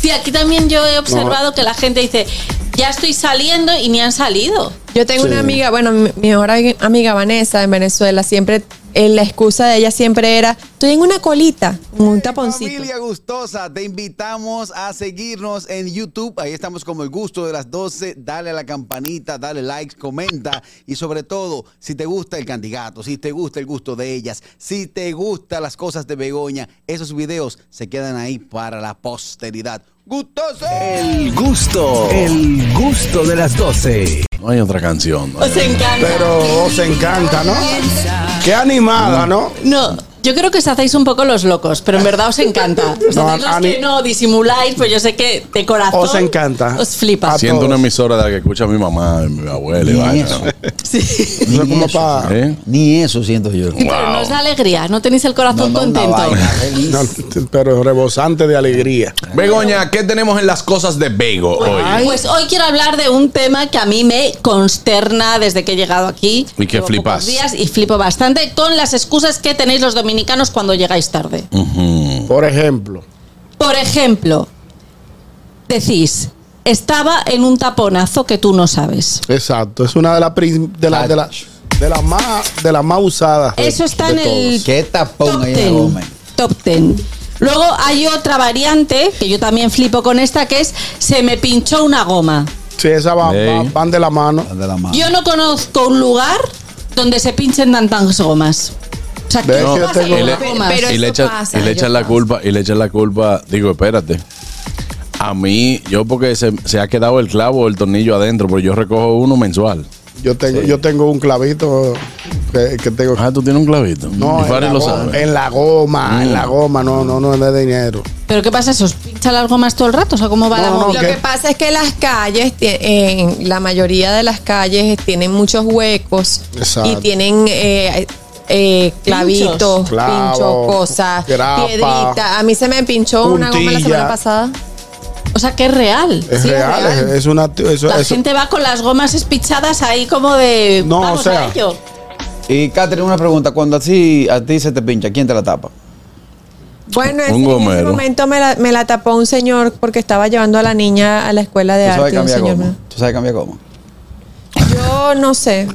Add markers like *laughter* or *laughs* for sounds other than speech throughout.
Sí, aquí también yo he observado que la gente dice, ya estoy saliendo y ni han salido. Yo tengo Sí. una amiga, bueno, mi mi mejor ami- amiga Vanessa en Venezuela, siempre, eh, la excusa de ella siempre era, estoy en una colita, como un taponcito. Familia gustosa, te invitamos a seguirnos en YouTube. Ahí estamos como el gusto de las 12. Dale a la campanita, dale likes, comenta. Y sobre todo, si te gusta el candidato, si te gusta el gusto de ellas, si te gustan las cosas de Begoña, esos videos se quedan ahí para la posteridad. ¡Gustoso! Eh. El gusto, el gusto de las 12. No hay otra canción. ¿no? Os encanta. Pero os encanta, ¿no? Qué animada, ¿no? No, yo creo que os hacéis un poco los locos, pero en verdad os encanta. Os *laughs* No, hacéis los Ani- que no disimuláis, pues yo sé que de corazón. Os encanta. Os flipa. A Siento una todos. emisora de la que escucha mi mamá, mi abuela y Ni vaina, eso. ¿no? Eso es como para... ¿Eh? Ni eso siento yo. Sí, *laughs* pero no os da alegría, no tenéis el No, corazón no, una contento. vaina, feliz. pero rebosante de alegría. Begoña, ¿qué tenemos en las cosas de Bego hoy? Pues hoy quiero hablar de un tema que a mí me consterna desde que he llegado aquí. Y que Llevo flipas. pocos días y flipo bastante con las excusas que tenéis los dominicanos cuando llegáis tarde. Por ejemplo. Por ejemplo, decís, estaba en un taponazo que tú no sabes. Exacto. Es una de las prim- de las de la, de la más de las más usadas. de- Eso está de en el- todos. Qué tapón Top ahí en la ten, oh goma. Top ten. Luego hay otra variante, que yo también flipo con esta, que es se me pinchó una goma. Sí, esas va- Ey. va- van de la mano. De la mano. Yo no conozco un lugar donde se pinchen tantas gomas. O sea, De ¿qué hecho, yo pasa tengo- con y le, las gomas? Pero y le eso echa- pasa, y le echan eso la pasa. culpa, y le echan la culpa, digo, espérate. A mí, yo porque se, se ha quedado el clavo o el tornillo adentro, pero yo recojo uno mensual. Yo tengo yo tengo un clavito que, que tengo Ah, tú tienes un clavito. no, Mi padre en, la lo goma, sabe. Mm. en la goma, en la goma, no, no, no es de dinero. ¿Pero qué pasa? ¿Se os pincha las gomas todo el rato? O sea, ¿cómo va No, la no, goma? ¿qué? Lo que pasa es que las calles, tie- en la mayoría de las calles tienen muchos huecos Exacto. y tienen eh, eh, clavitos, pinchos, Clavos, cosas, grapa, piedrita. A mí se me pinchó una goma la puntilla. semana pasada. O sea, que es real. Es Sí, es real, es, real. es una eso, La eso- gente va con las gomas espichadas ahí como de... No, vamos o sea, a ello. Y Catherine, una pregunta. Cuando así a ti se te pincha, ¿quién te la tapa? Bueno, Un ese- en ese gomero. momento me la, me la tapó un señor porque estaba llevando a la niña a la escuela de Tú sabes arte. y un cambiar señor goma. Tú sabes cambiar goma. me- Yo no sé.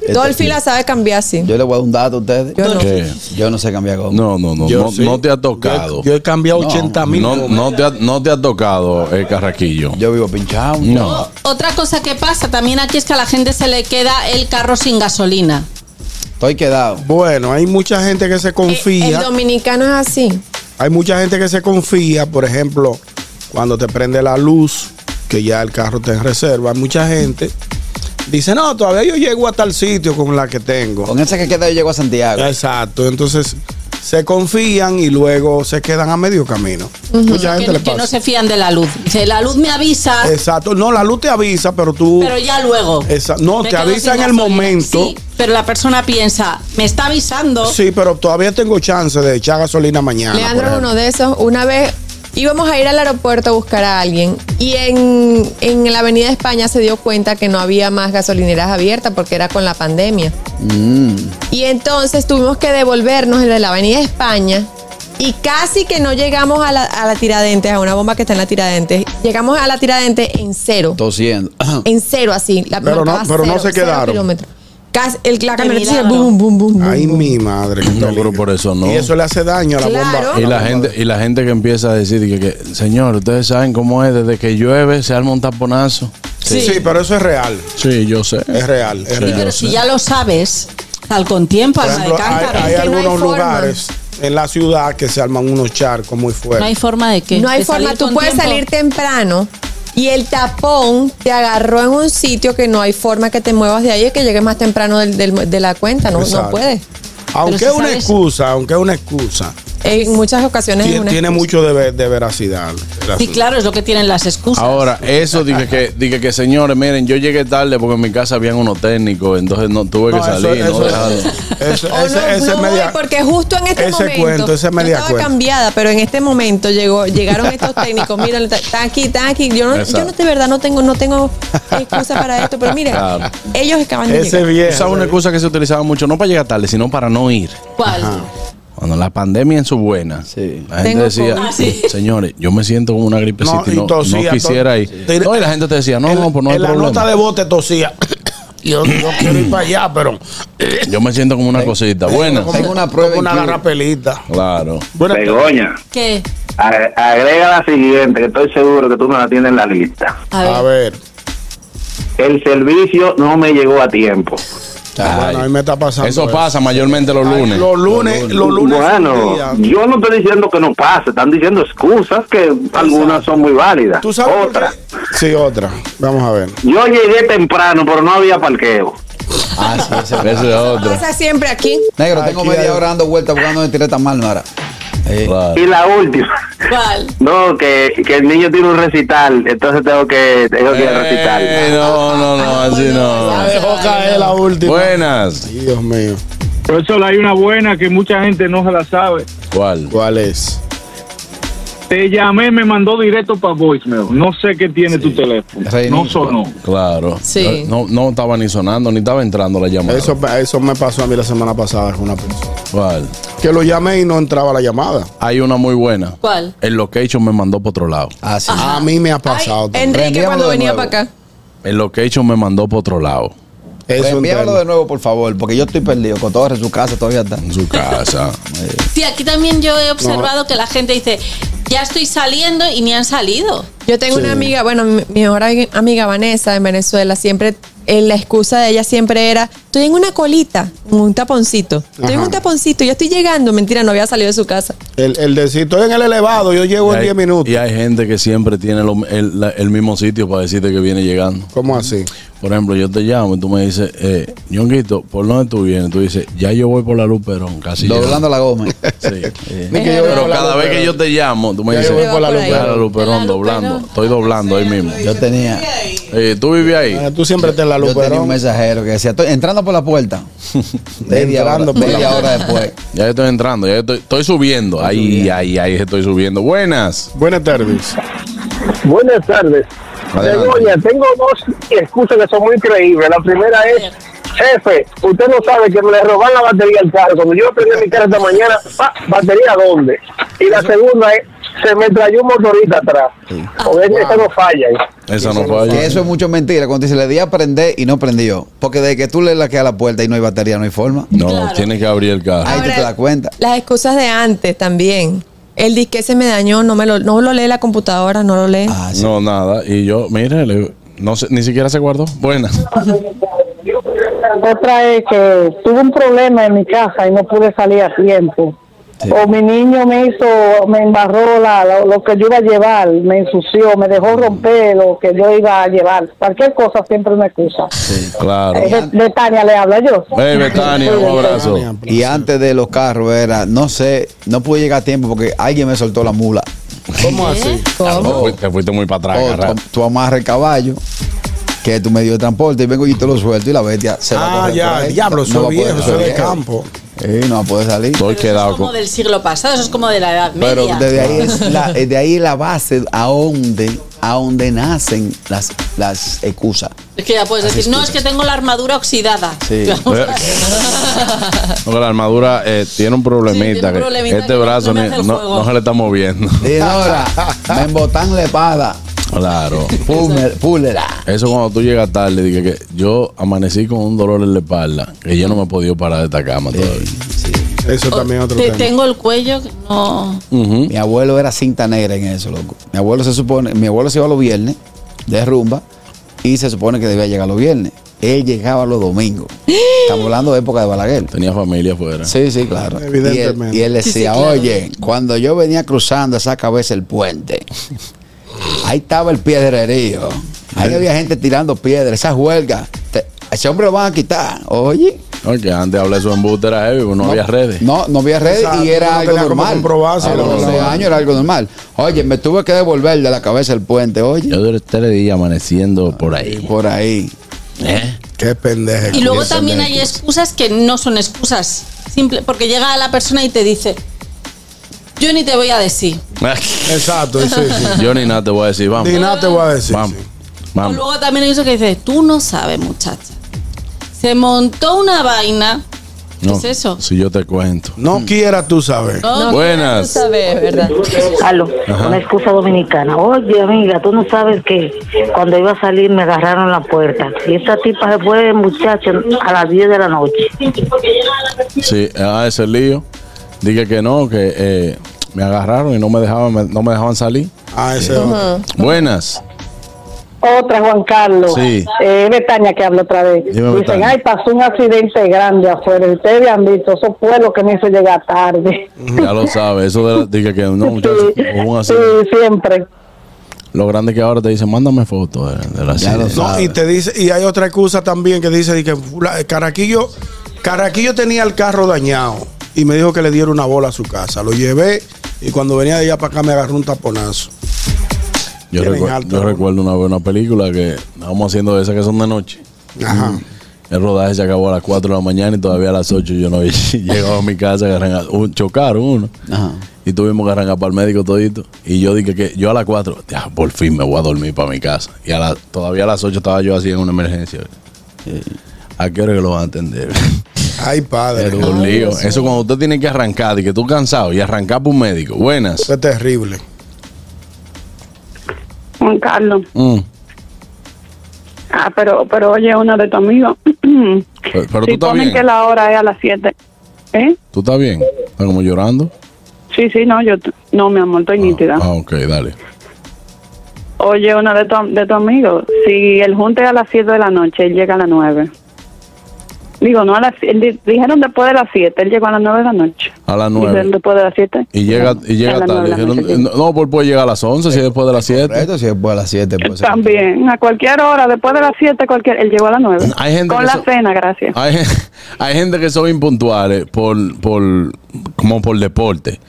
Este, Dolphy la sabe cambiar así. Yo le voy a dar un dato a ustedes. Yo no. ¿Qué? Yo no sé cambiar goma. No, no, no, yo no, sí. no te ha tocado. Yo, yo he cambiado No, 80 mil. no, no, te ha, no te ha tocado el carraquillo. Yo vivo pinchado. No. Otra cosa que pasa también aquí es que a la gente se le queda el carro sin gasolina. Estoy quedado. Bueno, hay mucha gente Eh, que se confía. El, el dominicano es así. Hay mucha gente que se confía, por ejemplo, cuando te prende la luz, que ya el carro está en reserva. Hay mucha gente dice, no, todavía yo llego a tal sitio con la que tengo. Con esa que queda yo llego a Santiago. Exacto, entonces se confían y luego se quedan a medio camino. Mucha Que, gente le que no pasa. se fían de la luz. Dice, la luz me avisa, Exacto, no, la luz te avisa, pero tú... pero ya luego. Esa- no, Me te quedo avisa sin en el gasolina. momento. Sí, pero la persona piensa, me está avisando. Sí, pero todavía tengo chance de echar gasolina mañana. Ah, por Leandro es ejemplo. uno de esos. Una vez íbamos a ir al aeropuerto a buscar a alguien y en, en la Avenida España se dio cuenta que no había más gasolineras abiertas porque era con la pandemia. Mm. Y entonces tuvimos que devolvernos en la Avenida España y casi que no llegamos a la, a la Tiradentes, a una bomba que está en la Tiradentes. Llegamos a la Tiradentes en cero. Tosiendo. En cero así. La Pero no- marcaba pero no cero, se cero quedaron. kilómetros. Casi- el, la camioneta hacía milagro. bum, bum, bum, bum, pues. Ay, bum. mi madre. qué No, peligro. pero por eso no. Y eso le hace daño a la Claro. bomba. Y la gente y la gente que empieza a decir que, que, señor, ustedes saben cómo es desde que llueve se arma un taponazo. Sí. sí, pero eso es real. Sí, yo sé. Es real. Es Sí, real. Pero yo si sé. ya lo sabes, sal con tiempo, Por alma de ejemplo, hay, cántaro. hay Es que no hay algunos forma. lugares en la ciudad que se arman unos charcos muy No hay fuertes. forma de que. No hay de forma, salir tú con puedes tiempo. salir temprano y el tapón te agarró en un sitio que no hay forma que te muevas de ahí, es que llegues más temprano del- del- de la cuenta, no, no Exacto. puedes. aunque si es una sabes- excusa, aunque es una excusa, En muchas ocasiones es tiene, una tiene excusa. mucho de, ve- de veracidad. el Sí, asunto. claro, es lo que tienen las excusas. Ahora, eso dije que, dije que señores, miren, yo llegué tarde porque en mi casa habían unos técnicos, entonces no tuve No, que eso- salir, eso- no dejaron. eso- O no, ese- ese no voy, media- porque justo en este ese momento cuento, ese yo media estaba cuento. cambiada, pero en este momento llegó, *laughs* llegaron estos técnicos, mira, están aquí, están aquí. Yo no, yo Exacto. no de verdad no tengo, no tengo excusa para esto, pero mira, Claro. ellos acaban de Ese llegar. Esa es viejo. eh. una excusa que se utilizaba mucho, no para llegar tarde, sino para no ir. ¿Cuál? Cuando Cuando la pandemia en su buena, Sí. la gente Tengo decía, COVID. Ah, sí. señores, yo me siento como una gripecita No, y y no, tosía, no tos- quisiera ir. Sí. No, y la gente te decía, no, en, no, pues no hay en la nota problema. de bote tosía. *coughs* yo, *coughs* yo quiero ir para allá, pero. Yo me siento como una cosita buena. Tengo una prueba como una en Cuba. garrapelita. Claro. Buenas Begoña, ¿Qué? a- agrega la siguiente, que estoy seguro que tú no la tienes en la lista. A ver. tardes. A ver. El servicio no me llegó a tiempo. Bueno, a mí me está pasando. Eso pasa mayormente los Ay, lunes. Los lunes, los lunes. es bueno, un día. yo no estoy diciendo que no pase, están diciendo excusas que algunas son muy válidas. ¿Tú sabes por Otra, qué? Sí, otra. Vamos a ver. yo llegué temprano, pero no había parqueo. *laughs* Ah, sí, ese- Ese es otro. Pasa siempre aquí. Negro, tengo Aquí hay- media hora dando vueltas buscando de tiré tan mal, Nora. Eh, Claro. Y la última, *laughs* ¿Cuál? no, que, que el niño tiene un recital, entonces tengo que, tengo que recitar. Eh, no, no, no, así La no. dejó caer la última. Buenas. Ay, Dios mío. Profesor, hay una buena que mucha gente no se la sabe. ¿Cuál? ¿Cuál es? Te llamé, me mandó directo para voicemail. No sé qué tiene tu teléfono. Reinicio. No sonó. Claro. Sí. No, no estaba ni sonando, ni estaba entrando la llamada. Eso, eso me pasó a mí la semana pasada con una persona. ¿Cuál? Que lo llamé y no entraba la llamada. Hay una muy buena. ¿Cuál? El location me mandó por otro lado. Ah, sí. A mí me ha Ay, pasado. también. Enrique Reenviámoslo cuando de venía para nuevo. acá. El location me mandó por otro lado. Es un Envíamelo tema. de nuevo, por favor, porque yo estoy perdido. Con todo en su casa todavía está. En *laughs* su casa. Sí, aquí también yo he observado que la gente dice, ya estoy saliendo y ni han salido. Yo tengo una amiga, bueno, mi mi mejor ami- amiga Vanessa en Venezuela, siempre eh, la excusa de ella siempre era, estoy en una colita, en un taponcito, estoy en Ajá. un taponcito, ya estoy llegando, mentira, no había salido de su casa. El, el decir, estoy en el elevado, yo llego Y en hay- 10 minutos. Y hay gente que siempre tiene lo- el, la- el mismo sitio para decirte que viene llegando. ¿Cómo así? Por ejemplo, yo te llamo y tú me dices, eh, Ñonguito, ¿por dónde tú vienes? Tú dices, ya yo voy por la luz Perón, casi Doblando la *laughs* goma. llegando. Sí. eh. Ni que yo voy Pero por la cada luz, vez que pero- yo te llamo, tú me Ya dices, yo voy por la "Ya luz Perón". la luz Perón, La luz doblando. Perón. Estoy doblando ahí mismo. Yo tenía, Eh, ¿Tú vivías ahí? Ah, Tú siempre te la yo luz, tenía pero un mensajero que decía, estoy entrando por la puerta. *laughs* media hora, Entrando por la media hora después. Ya yo estoy entrando, ya yo estoy, estoy subiendo. Ahí, ahí, ahí estoy subiendo. Buenas. Buenas tardes. Buenas tardes. Adelante. Begoña, tengo dos excusas que son muy creíbles. La primera es, jefe, usted no sabe que me le roban la batería al carro. Cuando yo prendí mi carro esta mañana, pa, ¿batería dónde? Y la segunda es, se me trayó un motorista atrás. Con eso esas no fallan. Esa no fue Que eso es mucho mentira. Cuando dice, le di a prender y no prendió. Porque desde que tú le la quedas a la puerta y no hay batería, no hay forma. No, Claro. tienes que abrir el carro. Ahí tú te *laughs* das cuenta. Las excusas de antes también. El disque se me dañó, no me lo, no lo lee la computadora, no lo lee. Ah, sí. No, nada. Y yo, mire, le- no sé, ni siquiera se guardó. *laughs* Buenas. Otra es que tuve un problema en mi casa y no pude salir a tiempo. O mi niño me hizo, me embarró la, lo, lo que yo iba a llevar, me ensució, me Mm. dejó romper lo que yo iba a llevar. Cualquier cosa siempre es una excusa. Claro. Eh, de, de Tania le habla yo. Hey, Betania, un abrazo. Y antes de los carros era, no sé, no pude llegar a tiempo porque alguien me soltó la mula. pues. ¿Cómo así? Oh, Te fuiste- Te fuiste muy para atrás, O agarrar. tú, tú amarras el caballo, que es tu medio de transporte, y vengo y te lo suelto y la bestia se va a Ah, correr por ya, ahí. diablo, No eso va a es poder viejo, eso es de salir. campo. Sí, no va a poder salir. Estoy Eso quedado es como con. del siglo pasado, eso es como de la edad Pero media. desde ahí es la, desde ahí la base a donde, a donde nacen las, las excusas. Es que ya puedes decir, no, es que tengo la armadura oxidada. *laughs* Sí. No, que la armadura eh, tiene un problemita. Sí, tiene un que problemita este que no- brazo no me ni- hace el no, juego. no se le está moviendo. Y ahora, me embotan la espada, *laughs* Claro. púmela- púlela. Eso cuando tú llegas tarde, dije que yo amanecí con un dolor en la espalda que yo no me he podido parar de esta cama todavía. Eso también es otro Te- tema. tengo el cuello, que no. Ujú. Mi abuelo era cinta negra en eso, loco. Mi abuelo se supone, mi abuelo se iba los viernes de rumba y se supone que debía llegar los viernes. Él llegaba los domingos. Estamos hablando de época de Balaguer. Tenía familia afuera. Sí, sí, claro. Y él- Evidentemente. Y él, decía, oye, cuando yo venía cruzando esa cabeza el puente, ahí estaba el piedrerío. Ahí había gente tirando piedras, esas huelgas. Te- ese hombre lo van a quitar. Oye. No, que antes hablé de su embuste era heavy, pues no, había redes. No, no había redes Exacto, y era no algo tenía cómo normal. comprobarse, A los no, no, 12 no. años era algo normal. Oye, me tuve que devolver de la cabeza el puente, Yo oye. duré tres días amaneciendo por ahí. Por ahí. *laughs* ¿Eh? Qué pendeja. Y luego Eso también no hay excusas que no son excusas. Simple, porque llega la persona y te dice, yo ni te voy a decir. Exacto, sí, sí. yo ni nada te voy a decir, vamos. Ni nada te voy a decir. vamos. sí. O Vamos. luego también hay eso que dice, tú no sabes, muchacha. Se montó una vaina ¿Qué es eso? Si yo te cuento. No quieras tú saber. No, Buenas. quiero saber, ¿verdad? Aló, Ajá. una excusa dominicana. Oye, amiga, tú no sabes que cuando iba a salir me agarraron la puerta. Y esta tipa se fue, muchacho, a las 10 de la noche. Sí, ah, ese lío. Dije que no, que eh, me agarraron y no me dejaban, me- no me dejaban salir. Ah, ese Buenas. Otra, Juan Carlos. Sí. Eh, Betania que habla otra vez. Dime, Dicen, Betania. ay, pasó un accidente grande afuera. Ustedes han visto, eso fue lo que me hizo llegar tarde. Ya lo sabes. Eso de la- dije que no, muchachos. Sí, hubo un sí, accidente. siempre. Lo grande que ahora te dicen, mándame fotos de, de la lo accidente. No, y te dice, y hay otra excusa también que dice de que fula- eh, Caraquillo, Caraquillo tenía el carro dañado y me dijo que le diera una bola a su casa. Lo llevé y cuando venía de allá para acá me agarró un taponazo. Yo, Tienen recu- alto, yo ¿no? recuerdo una vez una película que estábamos haciendo de esas que son de noche. Ajá. Mm. El rodaje se acabó a las 4 de la mañana y todavía a las 8 yo *laughs* no había llegado a mi casa. que arranca- un, chocaron uno. Y tuvimos que arrancar para el médico todito. Y yo dije que yo a las 4, ya, por fin me voy a dormir para mi casa. Y a la- todavía a las 8 estaba yo así en una emergencia. ¿A qué hora que lo van a *laughs* atender? Ay, padre. Era un lío. Eso cuando usted tiene que arrancar, y que tú cansado y arrancar por un médico. Buenas. Fue terrible. Juan Carlos. Mm. Ah, pero, pero oye, una de tus amigos. *clears throat* si Pero, pero tú estás ponen bien. que la hora es a las 7. ¿Eh? ¿Tú estás bien? ¿Estás como llorando? Sí, sí, no, yo. t- No, mi amor, estoy nítida. Ah, ok, dale. Oye, una de tus de tu amigos. Si el junte es a las 7 de la noche, él llega a las 9. Digo, no a las. él di- dijeron después de las 7, él llegó a las 9 de la noche. A las Dijeron 9. después de las 7. Y llega, A y llega las nueve tarde. de la Dijeron, no, no, pues puede llegar a las 11 si es después de las 7. Esto si después a las 7 pues. También, a cualquier hora, después de las 7, cualquier, él llegó a las 9. Hay gente Con que la son- cena, gracias. Hay, hay gente que son impuntuales por, por como por deporte.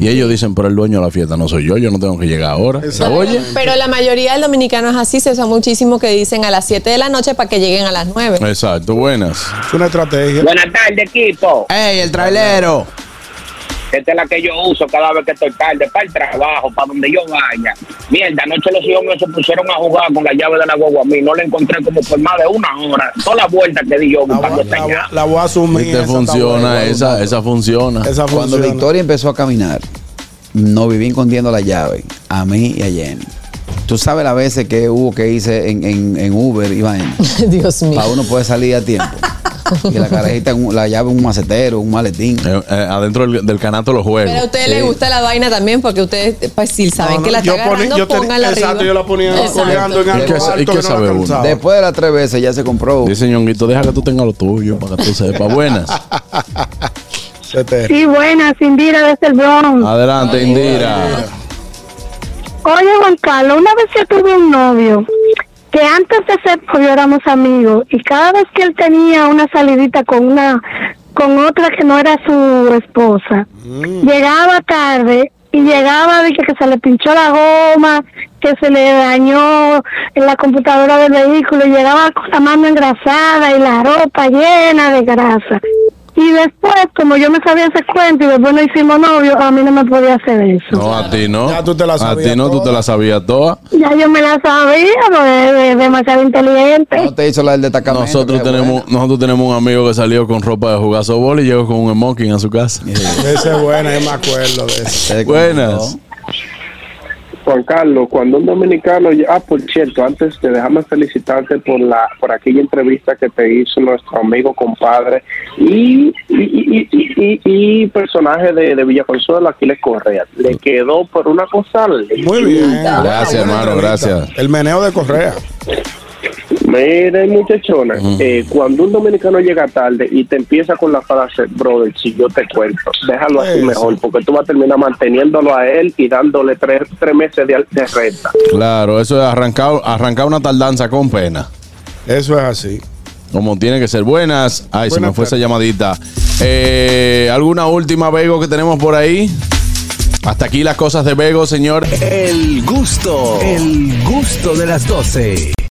Y ellos dicen, pero el dueño de la fiesta no soy yo, yo no tengo que llegar ahora. Oye, Pero la mayoría del dominicano es así, se usa muchísimo que dicen a las 7 de la noche para que lleguen a las 9. exacto, buenas. Es una estrategia. Buenas tardes, equipo. ¡Ey, el trailero! Esta es la que yo uso cada vez que estoy tarde, para el trabajo, para donde yo vaya. Mierda, anoche los hijos míos se pusieron a jugar con la llave de la guagua a mí. No la encontré como por más de una hora. Toda la vuelta que di yo buscando esta La, llave. voy- la voy a asumir. Este esa funciona, está esa, esa funciona. buena. Esa Cuando funciona. Victoria empezó a caminar, no viví escondiendo la llave, a mí y a Jenny. Tú sabes las veces que hubo que hice en, en, en Uber y vaina. *laughs* Dios mío. Para uno poder salir a tiempo. Y la carajita, en un- la llave en un macetero, un maletín. Eh, eh, adentro del, del canato los Pero a juegos. ustedes les gusta la vaina también porque ustedes, pues si saben No, no, que la está yo poni- agarrando, yo te- pónganla Exacto, arriba. yo la ponía Exacto. colgando en ¿Y algo qué- alto y qué que no sabe la uno? alcanzaba. Después de las tres veces ya se compró. Dice ñonguito, deja que tú tengas lo tuyo para que tú *laughs* sepas. Buenas. Se te- Sí, buenas, Indira desde el Bronx. Adelante, Indira. Oye, Juan Carlos, una vez yo tuve un novio que antes de ser novio éramos amigos y cada vez que él tenía una salidita con una con otra que no era su esposa, llegaba tarde y llegaba de que, que se le pinchó la goma, que se le dañó en la computadora del vehículo, y llegaba con la mano engrasada y la ropa llena de grasa. Y después, como yo me sabía ese cuento y después no hicimos novio, a mí no me podía hacer eso. No, a ti no. Ya tú te la a sabías ti no, tú te la sabías toda. Ya yo me la sabía, porque es demasiado inteligente. No te hizo la del destacamento. Nosotros qué tenemos, nosotros tenemos un amigo que salió con ropa de jugar softball y llegó con un smoking a su casa. Esa es buena, yo me acuerdo de eso. bueno. Buenas. Juan Carlos, cuando un dominicano, ya- ah, por cierto, antes de déjame felicitarte por la por aquella entrevista que te hizo nuestro amigo compadre y, y, y, y, y- y personaje de, de Villa Consuelo, Aquiles Correa. Le quedó por una cosa linda. Muy bien. Gracias, Buena hermano, entrevista. gracias. El meneo de Correa. Mire, muchachona, eh, cuando un dominicano llega tarde y te empieza con la frase, brother, si yo te cuento, déjalo así Eso. mejor, porque tú vas a terminar manteniéndolo a él y dándole tres, tres meses de, al- de renta. Claro, eso es arrancar, arrancar una tardanza con pena. Eso es así. Como tiene que ser. Buenas. Ay, se Buenas me fue esa tardes. llamadita. Eh, ¿Alguna última Vego que tenemos por ahí? Hasta aquí las cosas de Vego, señor. El gusto, el gusto de las 12.